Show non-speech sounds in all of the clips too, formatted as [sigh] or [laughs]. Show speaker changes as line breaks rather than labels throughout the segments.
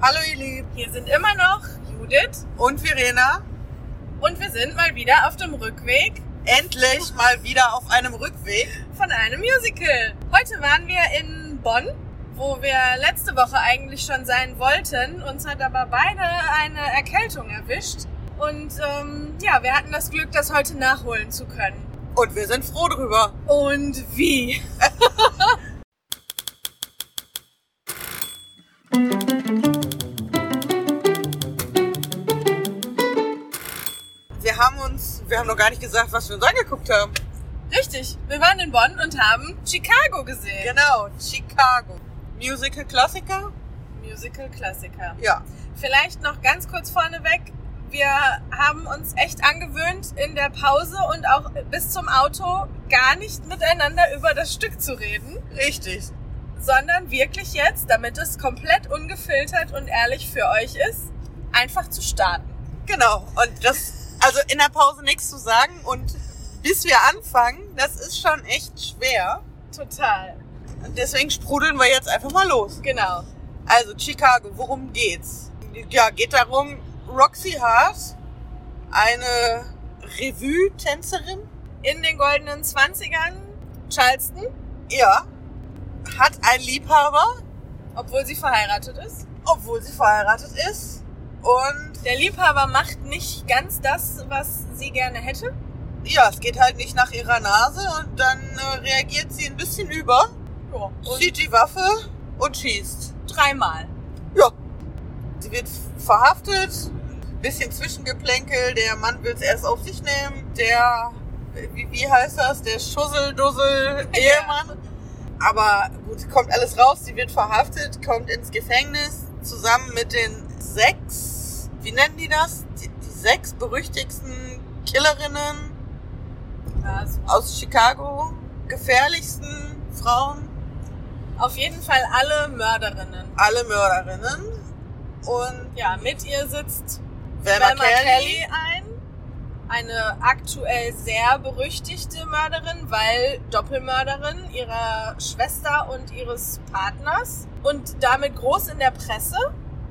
Hallo ihr Lieben
Hier sind immer noch Judith
und Verena.
und wir sind mal wieder auf dem Rückweg
Endlich mal wieder auf einem Rückweg.
von einem Musical. Heute waren wir in Bonn, wo wir letzte Woche eigentlich schon sein wollten. Uns hat aber beide eine Erkältung erwischt. Und ähm, ja, wir hatten das Glück, das heute nachholen zu können.
Und wir sind froh drüber.
Und wie?
Wir haben uns, wir haben noch gar nicht gesagt, was wir uns angeguckt haben.
Richtig, wir waren in Bonn und haben Chicago gesehen.
Genau, Chicago. Musical Klassiker?
Musical-Klassiker.
Ja.
Vielleicht noch ganz kurz vorneweg. Wir haben uns echt angewöhnt, in der Pause und auch bis zum Auto gar nicht miteinander über das Stück zu reden,
Richtig.
sondern wirklich jetzt, damit es komplett ungefiltert und ehrlich für euch ist, einfach zu starten.
Genau. Und das, also in der Pause nichts zu sagen und bis wir anfangen, das ist schon echt schwer.
Total.
Und deswegen sprudeln wir jetzt einfach mal los.
Genau.
Also Chicago, worum geht's? Ja, geht darum, Roxy Hart, eine Revue-Tänzerin,
In den goldenen Zwanzigern, Charleston,
ja, hat einen Liebhaber,
obwohl sie verheiratet ist.
obwohl sie verheiratet ist. Und
Der Liebhaber macht nicht ganz das, was sie gerne hätte.
ja, es geht halt nicht nach ihrer Nase und dann äh, reagiert sie ein bisschen über,
Ja, und
zieht die Waffe und schießt.
dreimal.
Ja. Sie wird verhaftet, bisschen Zwischengeplänkel, der Mann will es erst auf sich nehmen, der, wie, wie heißt das, der
[laughs]
Schusseldussel Ehemann. Aber gut, kommt alles raus, sie wird verhaftet, kommt ins Gefängnis, zusammen mit den sechs, wie nennen die das? Die, die sechs berüchtigsten Killerinnen
Also.
aus Chicago, gefährlichsten Frauen.
Auf jeden Fall alle Mörderinnen.
alle Mörderinnen. Und
Ja, mit ihr sitzt
Velma,
Velma Kelly. ein. Eine aktuell sehr berüchtigte Mörderin, weil Doppelmörderin ihrer Schwester und ihres Partners und damit groß in der Presse.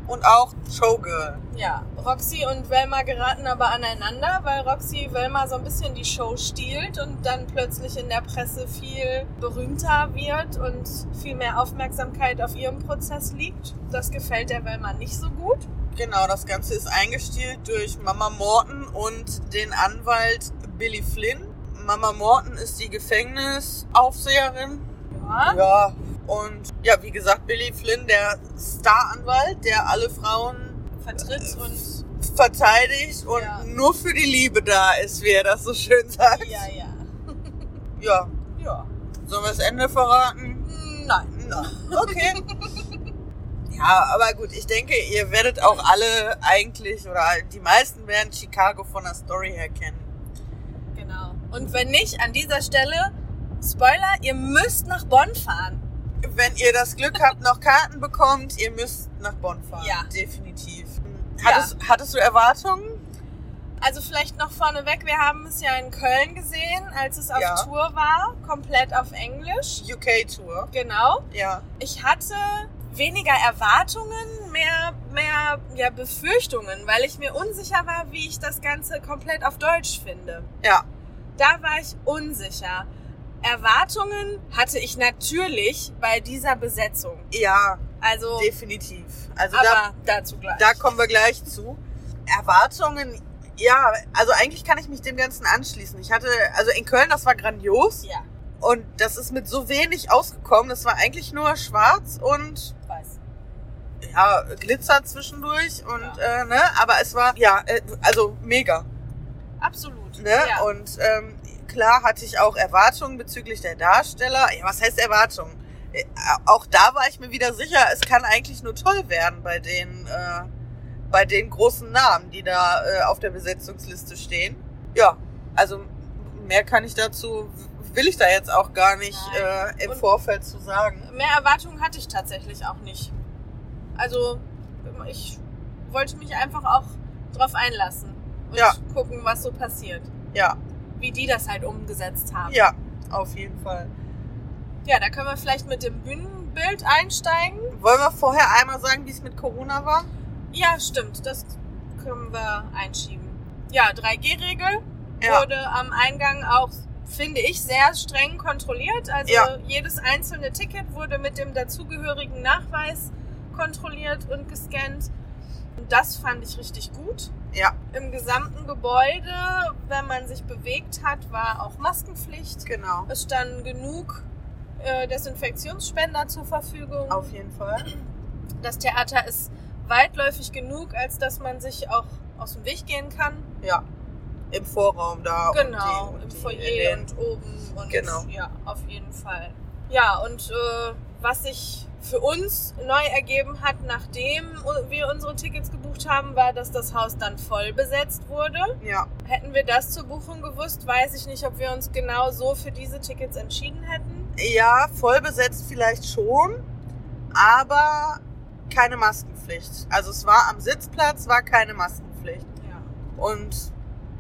und auch Showgirl.
Ja, Roxy und Velma geraten aber aneinander, weil Roxy Velma so ein bisschen die Show stiehlt und dann plötzlich in der Presse viel berühmter wird und viel mehr Aufmerksamkeit auf ihrem Prozess liegt. Das gefällt der Velma nicht so gut.
Genau, das Ganze ist eingestielt durch Mama Morton und den Anwalt Billy Flynn. Mama Morton ist die Gefängnisaufseherin.
Ja.
Ja. Und ja, wie gesagt, Billy Flynn, der Staranwalt, der alle Frauen
Vertritt und
verteidigt und
Ja.
nur für die Liebe da ist, wie er das so schön sagt.
ja, ja.
ja.
Ja.
Sollen wir das Ende verraten?
Nein.
Na, okay. ja, aber gut, ich denke, ihr werdet auch alle eigentlich, oder die meisten werden Chicago von der Story her kennen.
Genau. Und wenn nicht, an dieser Stelle, Spoiler, ihr müsst nach Bonn fahren.
Wenn ihr das
[laughs]
Glück habt, noch Karten bekommt, ihr müsst nach Bonn fahren.
Ja.
Definitiv.
Ja.
Hattest, hattest du Erwartungen?
Also vielleicht noch vorneweg, wir haben es ja in Köln gesehen, als es auf
Ja.
Tour war, komplett auf Englisch.
UK-Tour.
Genau.
Ja.
Ich hatte weniger Erwartungen, mehr, mehr ja, Befürchtungen, weil ich mir unsicher war, wie ich das Ganze komplett auf Deutsch finde.
Ja.
Da war ich unsicher. Erwartungen hatte ich natürlich bei dieser Besetzung.
Ja,
Also,
definitiv. Also da,
aber dazu gleich.
da kommen wir gleich zu. Erwartungen, ja, also eigentlich kann ich mich dem Ganzen anschließen. Ich hatte, also in Köln, das war grandios.
ja,
Und das ist mit so wenig ausgekommen. Das war eigentlich nur schwarz und
weiß.
ja, Glitzer zwischendurch und äh, ne, aber es war ja, äh, also mega,
Absolut.
ne?
Ja.
Und ähm, klar hatte ich auch Erwartungen bezüglich der Darsteller. Ja, was heißt Erwartungen? Äh, auch da war ich mir wieder sicher, es kann eigentlich nur toll werden bei den äh, bei den großen Namen, die da äh, auf der Besetzungsliste stehen. Ja, also mehr kann ich dazu will ich da jetzt auch gar nicht
Nein.
äh, im
Und-
Vorfeld zu sagen.
mehr Erwartungen hatte ich tatsächlich auch nicht. Also ich wollte mich einfach auch drauf einlassen und
Ja.
gucken, was so passiert.
Ja,
Wie die das halt umgesetzt haben.
ja, auf jeden Fall.
Ja, da können wir vielleicht mit dem Bühnen Bild einsteigen?
Wollen wir vorher einmal sagen, wie es mit Corona war?
Ja, stimmt, das können wir einschieben. Ja, 3G-Regel
Ja.
wurde am Eingang auch, finde ich, sehr streng kontrolliert. Also
Ja.
jedes einzelne Ticket wurde mit dem dazugehörigen Nachweis kontrolliert und gescannt. Und das fand ich richtig gut.
Ja.
Im gesamten Gebäude, wenn man sich bewegt hat, war auch Maskenpflicht.
Genau.
Es standen genug äh, Desinfektionsspender zur Verfügung.
Auf jeden Fall.
Das Theater ist weitläufig genug, als dass man sich auch aus dem Weg gehen kann.
Ja. Im Vorraum da. und
Genau,
die- und
im
die-
Foyer und oben und
Genau.
ja, auf jeden Fall. Ja, und äh, was sich für uns neu ergeben hat, nachdem wir unsere Tickets gebucht haben, war, dass das Haus dann voll besetzt wurde.
Ja.
Hätten wir das zur Buchung gewusst, weiß ich nicht, ob wir uns genau so für diese Tickets entschieden hätten.
Ja, voll besetzt vielleicht schon, aber keine Maskenpflicht. Also es war am Sitzplatz, war keine Maskenpflicht.
Ja.
Und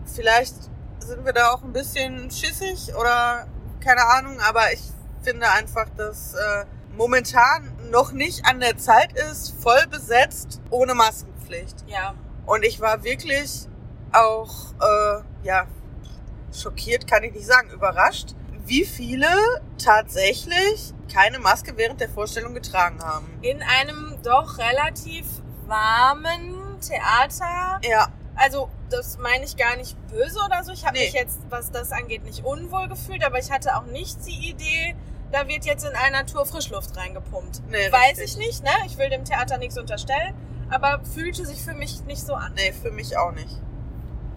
vielleicht sind wir da auch ein bisschen schissig oder keine Ahnung, aber ich finde einfach, dass äh, momentan noch nicht an der Zeit ist, voll besetzt, ohne Maskenpflicht.
Ja,
Und ich war wirklich auch, äh, ja, schockiert kann ich nicht sagen, überrascht, wie viele tatsächlich keine Maske während der Vorstellung getragen haben.
in einem doch relativ warmen Theater.
Ja,
Also, das meine ich gar nicht böse oder so. Ich habe
Nee.
mich jetzt, was das angeht, nicht unwohl gefühlt, aber ich hatte auch nicht die Idee, da wird jetzt in einer Tour Frischluft reingepumpt.
nee.
Weiß
richtig.
ich nicht, ne? Ich will dem Theater nichts unterstellen, aber fühlte sich für mich nicht so an.
Nee, für mich auch nicht.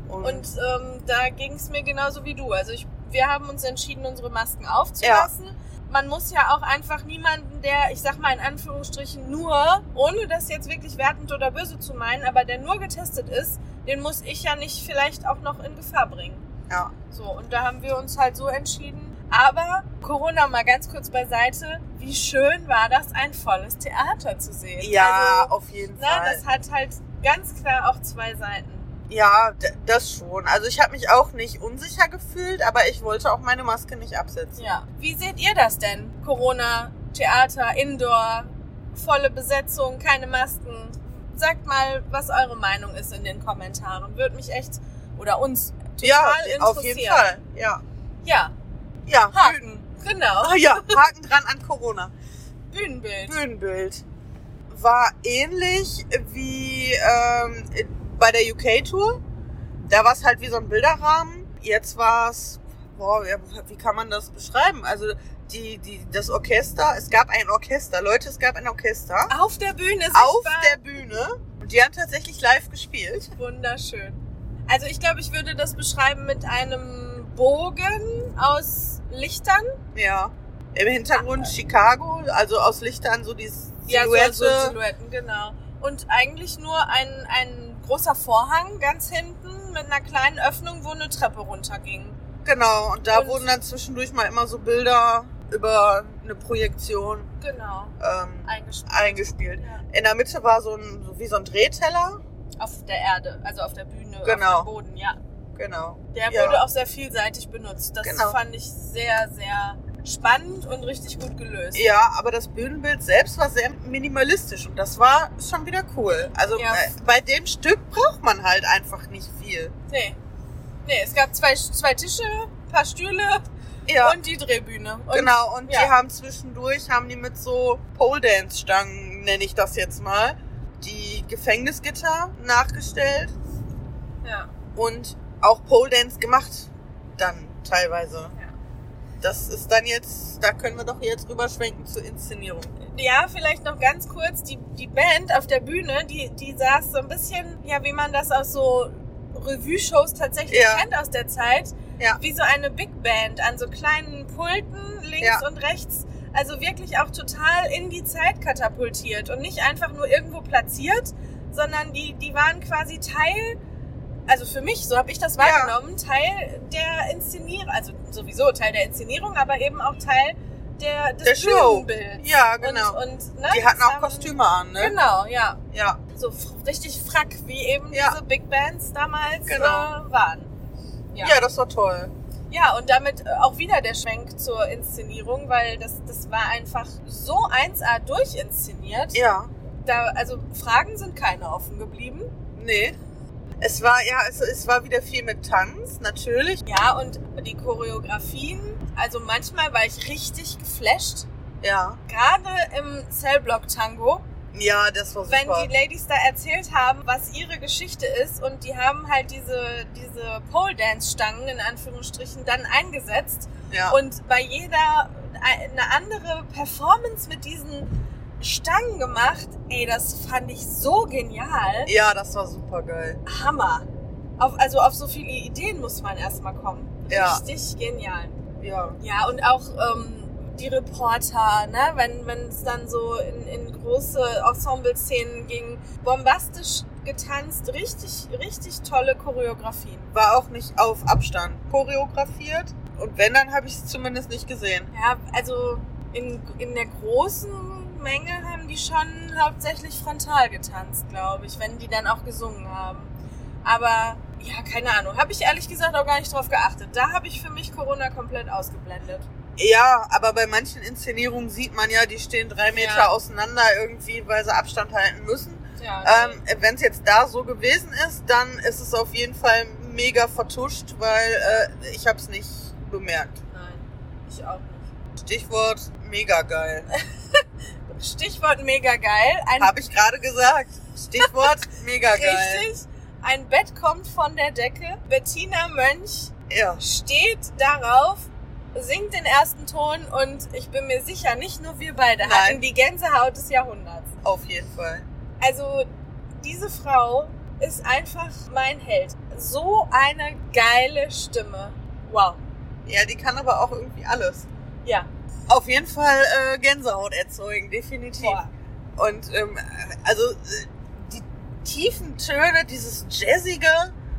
Und,
Und ähm, da ging es mir genauso wie du. Also ich, wir haben uns entschieden, unsere Masken aufzulassen. Man muss ja auch einfach niemanden, der, ich sag mal in Anführungsstrichen nur, ohne das jetzt wirklich wertend oder böse zu meinen, aber der nur getestet ist, den muss ich ja nicht vielleicht auch noch in Gefahr bringen.
ja,
So, und da haben wir uns halt so entschieden. Aber Corona mal ganz kurz beiseite, wie schön war das, ein volles Theater zu sehen.
ja
also,
auf jeden
na,
Fall.
das hat halt ganz klar auch zwei Seiten.
Ja, d- das schon. Also ich habe mich auch nicht unsicher gefühlt, aber ich wollte auch meine Maske nicht absetzen.
Ja. Wie seht ihr das denn? Corona, Theater, Indoor, volle Besetzung, keine Masken. Sagt mal, was eure Meinung ist in den Kommentaren. Würde mich echt oder uns total interessieren.
auf jeden Fall. Ja,
Ja,
ja.
Haken. Genau.
Ah ja, Haken dran an Corona.
Bühnenbild.
Bühnenbild war ähnlich wie ähm, bei der UK-Tour. Da war es halt wie so ein Bilderrahmen. Jetzt war es, boah, ja, wie kann man das beschreiben? Also die, die, das Orchester, es gab ein Orchester, Leute, es gab ein Orchester
Auf der Bühne ist
auf der Bühne und die haben tatsächlich live gespielt.
wunderschön. Also ich glaube, ich würde das beschreiben mit einem Bogen aus Lichtern.
Ja. Im Hintergrund Chicago, also aus Lichtern so die
Ah. Ja,
Silhouette.
so, so Silhouetten, genau. Und eigentlich nur ein, ein großer Vorhang ganz hinten mit einer kleinen Öffnung, wo eine Treppe runterging.
genau, und da
Und-
wurden dann zwischendurch mal immer so Bilder über eine Projektion
Genau,
ähm,
eingespielt.
eingespielt.
Ja.
In der Mitte war so ein, so wie so ein Drehteller.
Auf der Erde, also auf der Bühne,
Genau.
auf dem Boden, ja.
Genau.
Der
Ja.
wurde auch sehr vielseitig benutzt. Das
Genau.
fand ich sehr, sehr spannend und richtig gut gelöst.
Ja, aber das Bühnenbild selbst war sehr minimalistisch und das war schon wieder cool. Also
Ja.
bei, bei dem Stück braucht man halt einfach nicht viel.
Nee. Nee, es gab zwei, zwei Tische, ein paar Stühle
Ja,
und die Drehbühne. Und
genau. Und
ja.
die haben zwischendurch, haben die mit so Pole-Dance-Stangen, nenne ich das jetzt mal, die Gefängnisgitter nachgestellt
Ja.
und auch Pole-Dance gemacht dann teilweise.
Ja.
Das ist dann jetzt, da können wir doch jetzt rüberschwenken zur Inszenierung.
Ja, vielleicht noch ganz kurz, die, die Band auf der Bühne, die, die saß so ein bisschen, ja, wie man das aus so Revue-Shows tatsächlich
Ja.
kennt aus der Zeit,
Ja.
wie so eine Big Band an so kleinen Pulten links
Ja.
und rechts. Also wirklich auch total in die Zeit katapultiert und nicht einfach nur irgendwo platziert, sondern die, die waren quasi Teil, also für mich, so habe ich das
Ja.
wahrgenommen, Teil der Inszenierung, also sowieso Teil der Inszenierung, aber eben auch Teil der, des
Der Show.
Bühnenbilds.
Ja, genau.
Und, und, ne,
Die hatten auch
zusammen-
Kostüme an, ne?
Genau, ja.
Ja,
So f- richtig frack, wie eben
Ja.
diese Big Bands damals
Genau.
äh, waren. Ja.
ja. das war toll.
Ja, und damit äh, auch wieder der Schwenk zur Inszenierung, weil das, das war einfach so 1A durchinszeniert.
Ja.
Da, also Fragen sind keine offen geblieben.
Nee. Es war, ja, es, es war wieder viel mit Tanz, natürlich.
Ja, und die Choreografien, also manchmal war ich richtig geflasht.
Ja.
Gerade im Cellblock-Tango,
Ja, das war
wenn
super.
die Ladies da erzählt haben, was ihre Geschichte ist und die haben halt diese, diese Pole-Dance-Stangen in Anführungsstrichen dann eingesetzt
ja.
und bei jeder äh, eine andere Performance mit diesen Stangen gemacht. Ey, das fand ich so genial.
ja, das war super geil.
Hammer. Auf, also auf so viele Ideen muss man erstmal kommen.
Ja.
Richtig genial.
Ja.
Ja, und auch ähm, die Reporter, ne? wenn wenn es dann so in, in große Ensemble-Szenen ging, bombastisch getanzt, richtig, richtig tolle Choreografien.
War auch nicht auf Abstand choreografiert. Und wenn, dann habe ich es zumindest nicht gesehen.
Ja, also in, in der großen Menge haben die schon hauptsächlich frontal getanzt, glaube ich, wenn die dann auch gesungen haben. Aber ja, keine Ahnung. Habe ich ehrlich gesagt auch gar nicht drauf geachtet. Da habe ich für mich Corona komplett ausgeblendet.
Ja, aber bei manchen Inszenierungen sieht man ja, die stehen drei Meter
Ja.
auseinander irgendwie, weil sie Abstand halten müssen.
Ja,
Ähm, wenn es jetzt da so gewesen ist, dann ist es auf jeden Fall mega vertuscht, weil äh, ich habe es nicht bemerkt.
nein, ich auch nicht.
Stichwort mega geil.
Stichwort mega geil. Ein
Habe ich gerade gesagt.
[laughs]
Stichwort mega geil.
Richtig. Ein Bett kommt von der Decke. Bettina Mönch
Ja.
steht darauf, singt den ersten Ton und ich bin mir sicher, nicht nur wir beide
Nein.
hatten die Gänsehaut des Jahrhunderts.
Auf jeden Fall.
Also diese Frau ist einfach mein Held. So eine geile Stimme. Wow.
Ja, die kann aber auch irgendwie alles.
Ja.
Auf jeden Fall äh, Gänsehaut erzeugen, definitiv.
Boah.
Und ähm, also äh, die tiefen Töne, dieses Jazzige.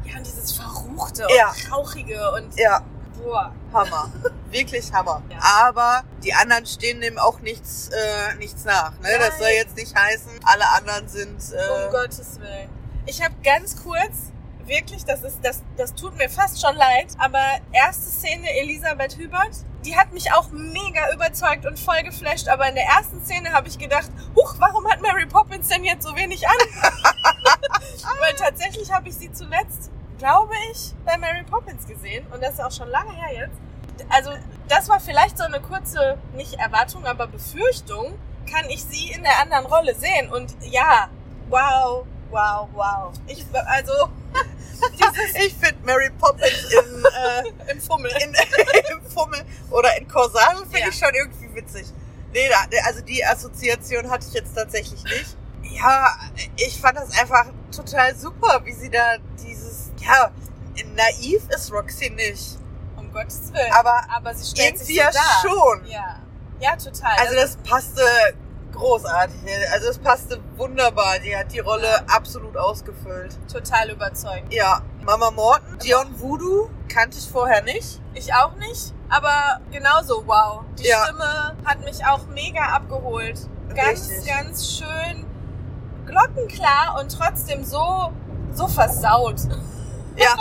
Ja, und dieses Verruchte und
Ja.
Rauchige und
Ja,
boah. [laughs]
Hammer. Wirklich Hammer.
Ja.
Aber die anderen stehen dem auch nichts, äh, nichts nach. Ne? Das soll
Nein.
jetzt nicht heißen, alle anderen sind. Äh,
Um Gottes Willen. Ich habe ganz kurz, wirklich, das, ist, das, das tut mir fast schon leid, aber erste Szene Elisabeth Hübert, die hat mich auch mega überzeugt und voll geflasht, aber in der ersten Szene habe ich gedacht, huch, warum hat Mary Poppins denn jetzt so wenig an? Weil tatsächlich habe ich sie zuletzt, glaube ich, bei Mary Poppins gesehen und das ist auch schon lange her jetzt. Also das war vielleicht so eine kurze, nicht Erwartung, aber Befürchtung, kann ich sie in der anderen Rolle sehen und ja, Wow, wow, wow. Ich, also
ich finde Mary Poppins in, äh,
im Fummel.
in, [laughs] im Fummel oder in Corsage finde
Ja.
ich schon irgendwie witzig. Nee, da, also die Assoziation hatte ich jetzt tatsächlich nicht. Ja, ich fand das einfach total super, wie sie da dieses. Ja, naiv ist Roxy nicht.
Um Gottes Willen.
Aber
Aber sie stellt
irgendwie
sich
ja
so dar.
schon.
Ja. Ja, total.
Also das passte großartig. Also das passte wunderbar. Die hat die Rolle absolut ausgefüllt.
total überzeugend.
Ja, Mama Morton, Dion Voodoo kannte ich vorher nicht.
Ich auch nicht, aber genauso wow. Die
Ja.
Stimme hat mich auch mega abgeholt. Ganz,
Richtig.
ganz schön glockenklar und trotzdem so, so versaut.
Ja,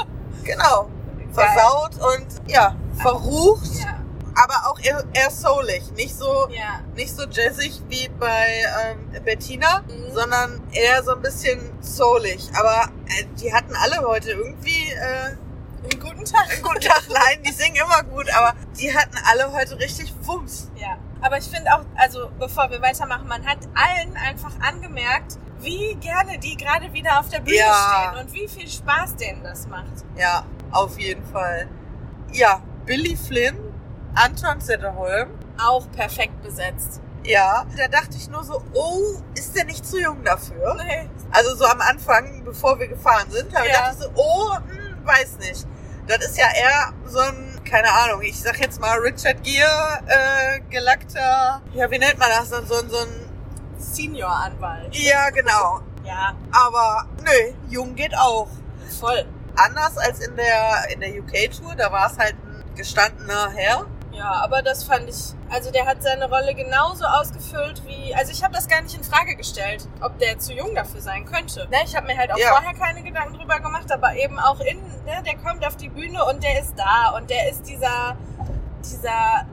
genau. Versaut und ja, verrucht,
Ja,
aber auch eher, eher soulig. Nicht so
ja.
nicht so jazzig wie bei ähm, Bettina,
Mhm.
sondern eher so ein bisschen soulig. Aber äh, die hatten alle heute irgendwie äh,
Guten Tag.
Guten Tag, nein, die singen immer gut, aber die hatten alle heute richtig Wumms.
Ja, aber ich finde auch, also bevor wir weitermachen, man hat allen einfach angemerkt, wie gerne die gerade wieder auf der Bühne
Ja.
stehen und wie viel Spaß denen das macht.
Ja, auf jeden Fall. Ja, Billy Flynn, Anton Setterholm.
Auch perfekt besetzt.
Ja, da dachte ich nur so, oh, ist der nicht zu jung dafür?
Nee.
Also so am Anfang, bevor wir gefahren sind, habe ich
Ja.
gedacht so, oh, hm, weiß nicht. Das ist ja eher so ein, keine Ahnung, ich sag jetzt mal Richard Gere, äh, gelackter, ja, wie nennt man das? denn? So ein, so ein,
Senior-Anwalt.
ja, genau.
Ja,
Aber nö, jung geht auch.
voll.
anders als in der, in der UK-Tour. Da war es halt ein gestandener Herr.
Ja, aber das fand ich. Also der hat seine Rolle genauso ausgefüllt wie. Also ich habe das gar nicht in Frage gestellt, ob der zu jung dafür sein könnte. Ne, ich habe mir halt auch
Ja.
vorher keine Gedanken drüber gemacht, aber eben auch in, ne, der kommt auf die Bühne und der ist da und der ist dieser dieser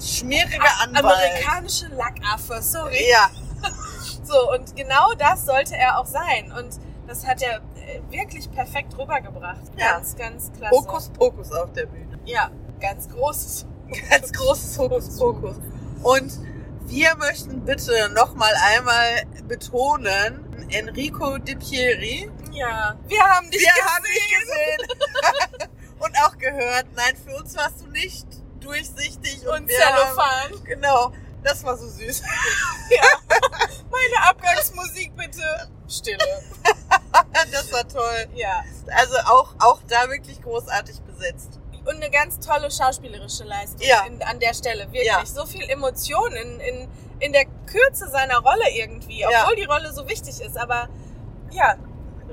Schmieriger
a-
Anwalt.
amerikanische Lackaffe, sorry.
Ja,
So, und genau das sollte er auch sein. Und das hat er äh, wirklich perfekt rübergebracht.
Ja.
Ganz, ganz klasse.
Hokus Pokus auf der Bühne. [laughs]
Ja, ganz großes.
Ganz großes Hokus Pokus. Und wir möchten bitte nochmal einmal betonen, Enrico Di Pieri,
Ja. Wir haben dich
wir
gesehen.
haben dich gesehen [laughs] und auch gehört, nein, für uns warst du nicht durchsichtig und,
und
wir haben,
Zellophan.
Genau, das war so süß. [laughs]
Meine Abgangsmusik bitte. Stille.
Das war toll.
Ja.
Also auch, auch da wirklich großartig besetzt.
Und eine ganz tolle schauspielerische Leistung
Ja.
in, an der Stelle. Wirklich.
Ja.
So viel Emotion in, in, in der Kürze seiner Rolle irgendwie.
Ja.
Obwohl die Rolle so wichtig ist. Aber ja,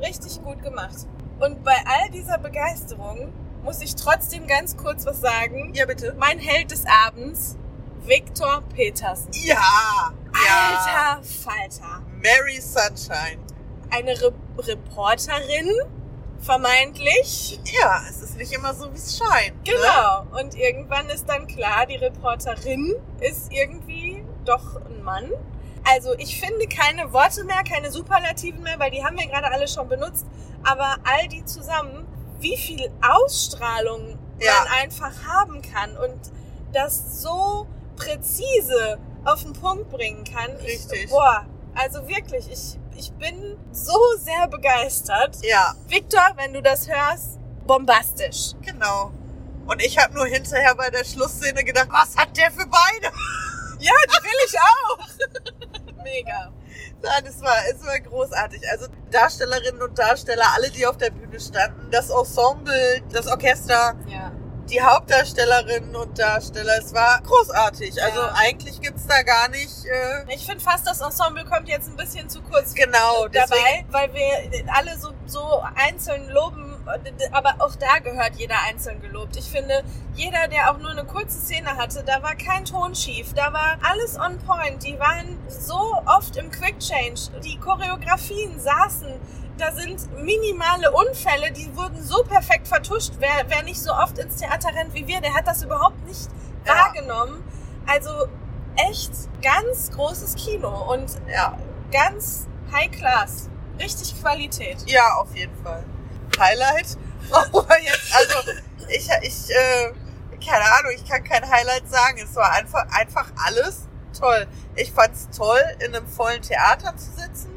richtig gut gemacht. Und bei all dieser Begeisterung muss ich trotzdem ganz kurz was sagen.
Ja, bitte.
Mein Held des Abends, Viktor Petersen.
Ja! ja.
Alter Falter.
Mary Sunshine.
eine Re Reporterin, vermeintlich.
Ja, es ist nicht immer so, wie es scheint. Ne?
Genau. Und irgendwann ist dann klar, die Reporterin ist irgendwie doch ein Mann. Also ich finde keine Worte mehr, keine Superlativen mehr, weil die haben wir gerade alle schon benutzt. Aber all die zusammen, wie viel Ausstrahlung
Ja.
man einfach haben kann und das so präzise auf den Punkt bringen kann. Ich,
Richtig.
boah, also wirklich, ich, ich bin so sehr begeistert.
Ja,
Victor, wenn du das hörst, bombastisch.
genau. Und ich habe nur hinterher bei der Schlussszene gedacht, was hat der für Beine?
Ja, die will ich auch. [laughs] Mega.
Nein, es war, es war großartig. Also Darstellerinnen und Darsteller, alle, die auf der Bühne standen, das Ensemble, das Orchester,
Ja.
die Hauptdarstellerinnen und Darsteller, es war großartig. Also
Ja.
eigentlich gibt's da gar nicht. Äh,
Ich finde fast, das Ensemble kommt jetzt ein bisschen zu kurz
genau, deswegen.
dabei, weil wir alle so, so einzeln loben, aber auch da gehört jeder einzeln gelobt. Ich finde, jeder, der auch nur eine kurze Szene hatte, da war kein Ton schief, da war alles on point. Die waren so oft im Quick Change, die Choreografien saßen. Da sind minimale Unfälle, die wurden so perfekt vertuscht. Wer, wer nicht so oft ins Theater rennt wie wir, der hat das überhaupt nicht
Ja.
wahrgenommen. Also echt ganz großes Kino und
Ja,
ganz high class. Richtig Qualität.
ja, auf jeden Fall. Highlight. [laughs] Aber jetzt, also ich, ich, äh, keine Ahnung, ich kann kein Highlight sagen. Es war einfach, einfach alles toll. Ich fand's toll, in einem vollen Theater zu sitzen.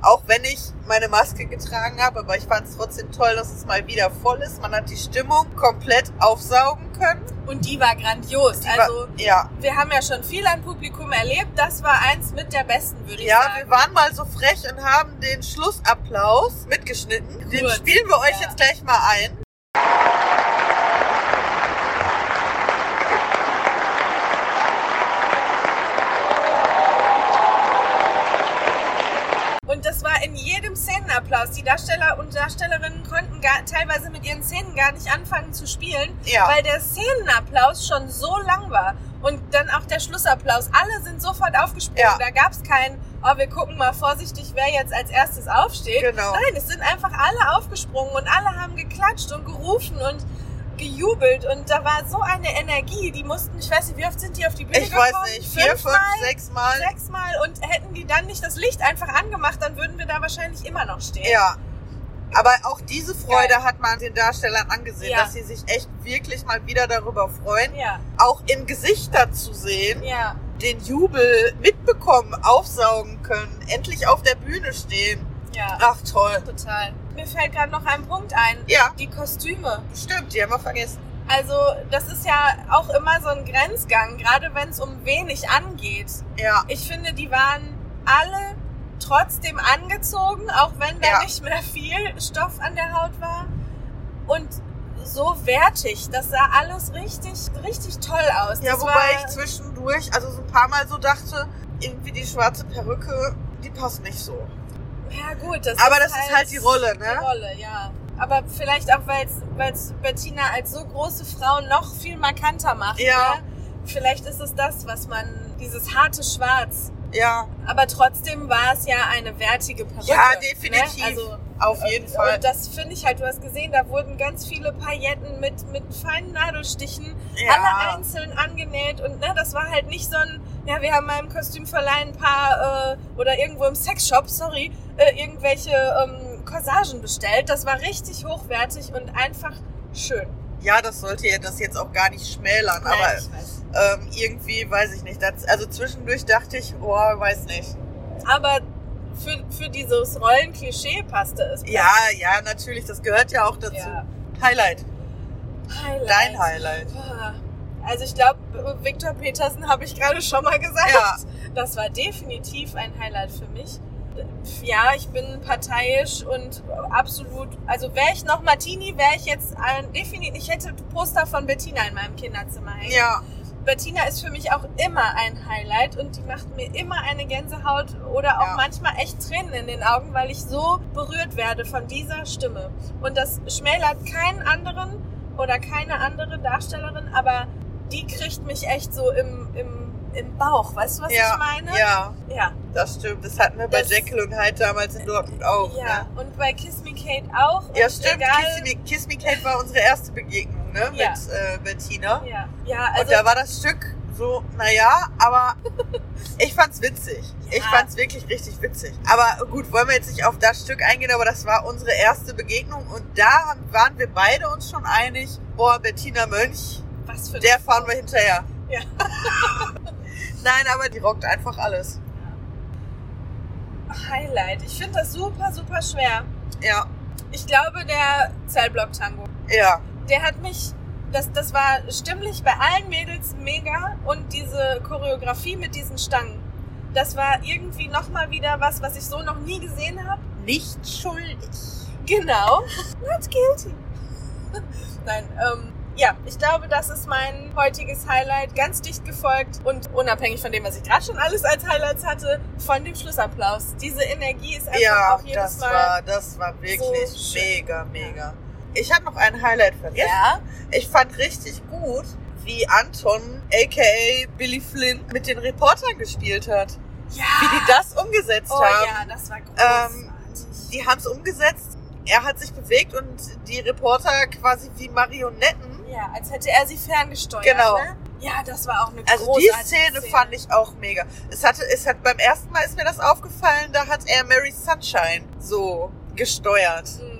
Auch wenn ich meine Maske getragen habe, aber ich fand's trotzdem toll, dass es mal wieder voll ist. Man hat die Stimmung komplett aufsaugen können.
Und die war grandios. also,
ja,
wir haben ja schon viel an Publikum erlebt. Das war eins mit der besten, würde ich
Ja, wir
sagen.
waren mal so frech und haben den Schlussapplaus mitgeschnitten. Den
Kurz,
spielen wir euch
ja.
jetzt gleich mal ein.
Und das war in jedem Szenenapplaus. Die Darsteller und Darstellerinnen konnten gar, teilweise mit ihren Szenen gar nicht anfangen zu spielen,
Ja.
weil der Szenenapplaus schon so lang war. Und dann auch der Schlussapplaus. Alle sind sofort aufgesprungen.
Ja.
Da gab's keinen, oh, wir gucken mal vorsichtig, wer jetzt als erstes aufsteht.
Genau.
Nein, es sind einfach alle aufgesprungen und alle haben geklatscht und gerufen und gejubelt. Und da war so eine Energie, die mussten, ich weiß nicht, wie oft sind die auf die Bühne
Ich
gekommen?
weiß nicht, vier, fünf,
Fünfmal?
sechs Mal.
sechsmal und hätten die dann nicht das Licht einfach angemacht, dann würden wir da wahrscheinlich immer noch stehen.
Ja. Aber auch diese Freude
Geil.
hat man den Darstellern angesehen,
Ja.
dass sie sich echt wirklich mal wieder darüber freuen,
Ja,
auch in Gesichter zu sehen,
ja,
den Jubel mitbekommen, aufsaugen können, endlich auf der Bühne stehen.
ja.
Ach toll.
Total. Mir fällt gerade noch ein Punkt ein.
Ja,
Die Kostüme.
stimmt, die haben wir vergessen.
Also, das ist ja auch immer so ein Grenzgang, gerade wenn es um wenig angeht.
Ja,
Ich finde, die waren alle trotzdem angezogen, auch wenn da
Ja.
nicht mehr viel Stoff an der Haut war. Und so wertig. Das sah alles richtig, richtig toll aus.
Ja,
das
wobei
war,
ich zwischendurch, also so ein paar Mal so dachte, irgendwie die schwarze Perücke, die passt nicht so.
Ja, gut. Das
Aber
ist genau.
das ist halt die Rolle, ne?
Die Rolle, ja. Aber vielleicht auch, weil es Bettina als so große Frau noch viel markanter macht.
Ja.
Ne? Vielleicht ist es das, was man, dieses harte Schwarz.
Ja,
Aber trotzdem war es ja eine wertige Perücke.
Ja, definitiv.
Ne? Also,
auf jeden Fall.
Und das finde ich halt, du hast gesehen, da wurden ganz viele Pailletten mit, mit feinen Nadelstichen alle
Ja,
einzeln angenäht und ne, das war halt nicht so ein, ja, wir haben meinem Kostümverleih ein paar äh, oder irgendwo im Sexshop, sorry, äh, irgendwelche ähm, Corsagen bestellt. Das war richtig hochwertig und einfach schön.
ja, das sollte ja das jetzt auch gar nicht schmälern, aber
ich weiß.
ähm, irgendwie weiß ich nicht. Das, also zwischendurch dachte ich, oh, weiß nicht.
Aber für, für dieses Rollenklischee passte es.
Ja, ja, natürlich, das gehört ja auch dazu.
Ja.
Highlight,
Highlight.
dein Highlight.
Also ich glaube, Viktor Petersen habe ich gerade schon mal gesagt.
Ja.
Das war definitiv ein Highlight für mich. Ja, ich bin parteiisch und absolut, also wäre ich noch Martini, wäre ich jetzt ein, definitiv, ich hätte Poster von Bettina in meinem Kinderzimmer hängen.
Ja,
Bettina ist für mich auch immer ein Highlight und die macht mir immer eine Gänsehaut oder auch
Ja.
manchmal echt Tränen in den Augen, weil ich so berührt werde von dieser Stimme. Und das schmälert keinen anderen oder keine andere Darstellerin, aber die kriegt mich echt so im, im, im Bauch. Weißt du, was
Ja,
ich meine?
ja,
ja.
das stimmt. Das hatten wir bei
ne? Das-
Jekyll und Hyde damals in Dortmund auch.
Ja,
Ne?
und bei Kiss Me Kate auch.
Ja,
Und
stimmt.
Egal,
Kiss Me, Kiss Me Kate war unsere erste Begegnung ne?
Ja.
mit äh, Bettina.
Ja, ja also
und da war das Stück so, naja,
[laughs]
aber ich fand's witzig. Ich
Ja.
fand's wirklich richtig witzig. Aber gut, wollen wir jetzt nicht auf das Stück eingehen, aber das war unsere erste Begegnung und da haben- waren wir beide uns schon einig, boah, Bettina Mönch,
was für
der fahren wir hinterher.
Ja.
[laughs] Nein, aber die rockt einfach alles.
ein Highlight. Ich finde das super, super schwer.
Ja,
Ich glaube, der Zellblock-Tango,
ja,
der hat mich, das, das war stimmlich bei allen Mädels mega und diese Choreografie mit diesen Stangen, das war irgendwie nochmal wieder was, was ich so noch nie gesehen habe. [laughs]
nicht schuldig.
Genau. Not guilty. [laughs] Nein, ähm, ja, ich glaube, das ist mein heutiges Highlight, ganz dicht gefolgt und unabhängig von dem, was ich gerade schon alles als Highlights hatte, von dem Schlussapplaus. Diese Energie ist einfach
Ja,
auch jedes
das
Mal.
war, das war wirklich
schön.
mega, mega. Ich habe noch ein Highlight vergessen.
ja,
Ich fand richtig gut, wie Anton, aka Billy Flynn, mit den Reportern gespielt hat.
ja.
Wie Ähm, die das umgesetzt
oh
haben.
ja, das war großartig.
Die haben es umgesetzt, er hat sich bewegt und die Reporter quasi wie Marionetten.
ja, als hätte er sie ferngesteuert.
Genau.
Ne? Ja, das war auch eine
Also
großartige
die Szene, fand ich auch mega. Es hatte, es hat beim ersten Mal ist mir das aufgefallen, da hat er Mary Sunshine so gesteuert.
Mhm.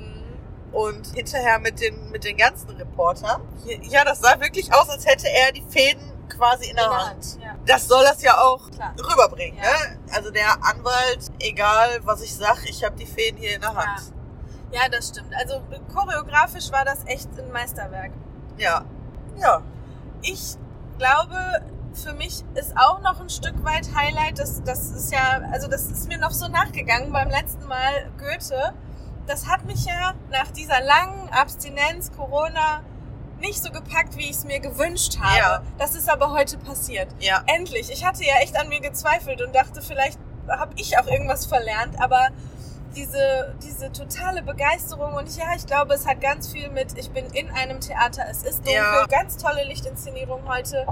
und hinterher mit den, mit den ganzen Reportern. Ja, das sah wirklich aus, als hätte er die Fäden quasi in der Hand.
Ja,
Das soll das ja auch
klar.
rüberbringen,
Ja.
ne? Also der Anwalt, egal was ich sag, ich habe die Fäden hier in der Hand.
Ja, das stimmt. Also choreografisch war das echt ein Meisterwerk.
Ja. Ja.
Ich glaube, für mich ist auch noch ein Stück weit Highlight, das, das ist ja, also das ist mir noch so nachgegangen beim letzten Mal Goethe. Das hat mich ja nach dieser langen Abstinenz, Corona, nicht so gepackt, wie ich es mir gewünscht habe.
Ja.
Das ist aber heute passiert.
Ja.
Endlich. Ich hatte ja echt an mir gezweifelt und dachte, vielleicht habe ich auch irgendwas verlernt, aber diese, diese totale Begeisterung und ja, ich glaube, es hat ganz viel mit, ich bin in einem Theater, es ist dunkel,
Ja.
ganz tolle Lichtinszenierung heute,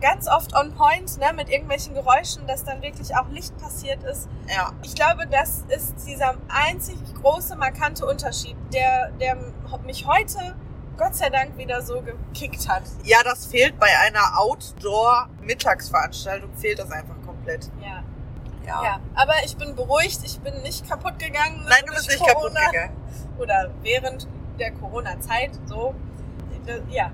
ganz oft on point, ne, mit irgendwelchen Geräuschen, dass dann wirklich auch Licht passiert ist.
Ja.
Ich glaube, das ist dieser einzig große, markante Unterschied, der, der mich heute Gott sei Dank wieder so gekickt hat.
Ja, das fehlt bei einer Outdoor-Mittagsveranstaltung, fehlt das einfach komplett.
Ja. Ja, aber ich bin beruhigt, ich bin nicht kaputt gegangen.
Nein, du bist
durch
nicht kaputt
Corona.
gegangen.
Oder während der Corona-Zeit, so. Äh, Ja,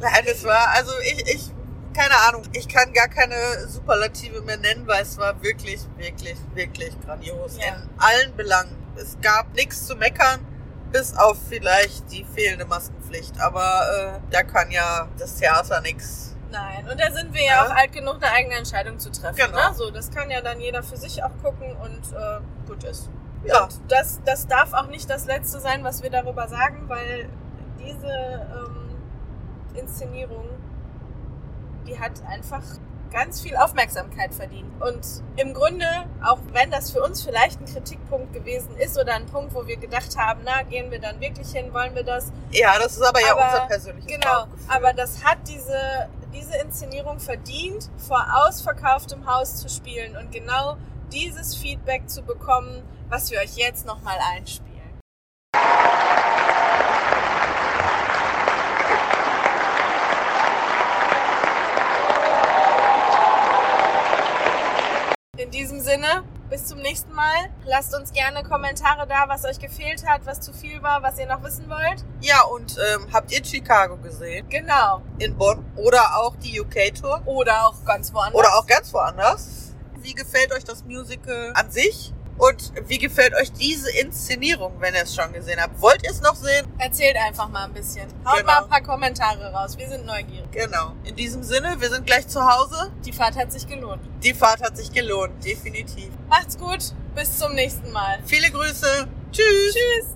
Nein, es war, also ich, ich, keine Ahnung, ich kann gar keine Superlative mehr nennen, weil es war wirklich, wirklich, wirklich grandios.
Ja.
In allen Belangen. Es gab nichts zu meckern, bis auf vielleicht die fehlende Maskenpflicht. Aber äh, da kann ja das Theater nichts.
nein. Und da sind wir
Ja.
ja, auch alt genug, eine eigene Entscheidung zu treffen.
Genau.
Ne? So, das kann ja dann jeder für sich auch gucken und äh, gut ist.
Ja.
Und das, das darf auch nicht das Letzte sein, was wir darüber sagen, weil diese ähm, Inszenierung, die hat einfach ganz viel Aufmerksamkeit verdient. Und im Grunde, auch wenn das für uns vielleicht ein Kritikpunkt gewesen ist oder ein Punkt, wo wir gedacht haben, na, gehen wir dann wirklich hin, wollen wir das?
Ja, das ist aber ja
Aber-
unser persönliches
Genau,
Bauchgefühl.
aber das hat diese, diese Inszenierung verdient, vor ausverkauftem Haus zu spielen und genau dieses Feedback zu bekommen, was wir euch jetzt nochmal einspielen. In diesem Sinne, bis zum nächsten Mal. Lasst uns gerne Kommentare da, was euch gefehlt hat, was zu viel war, was ihr noch wissen wollt.
Ja, und ähm, habt ihr Chicago gesehen?
Genau.
In Bonn? Oder auch die UK-Tour?
Oder auch ganz woanders.
Oder auch ganz woanders? Wie gefällt euch das Musical an sich? Und wie gefällt euch diese Inszenierung, wenn ihr es schon gesehen habt? Wollt ihr es noch sehen?
Erzählt einfach mal ein bisschen. Haut
Genau.
mal ein paar Kommentare raus. Wir sind neugierig.
Genau. In diesem Sinne, wir sind gleich zu Hause.
Die Fahrt hat sich gelohnt.
Die Fahrt hat sich gelohnt, definitiv.
Macht's gut. Bis zum nächsten Mal.
Viele Grüße. Tschüss.
Tschüss.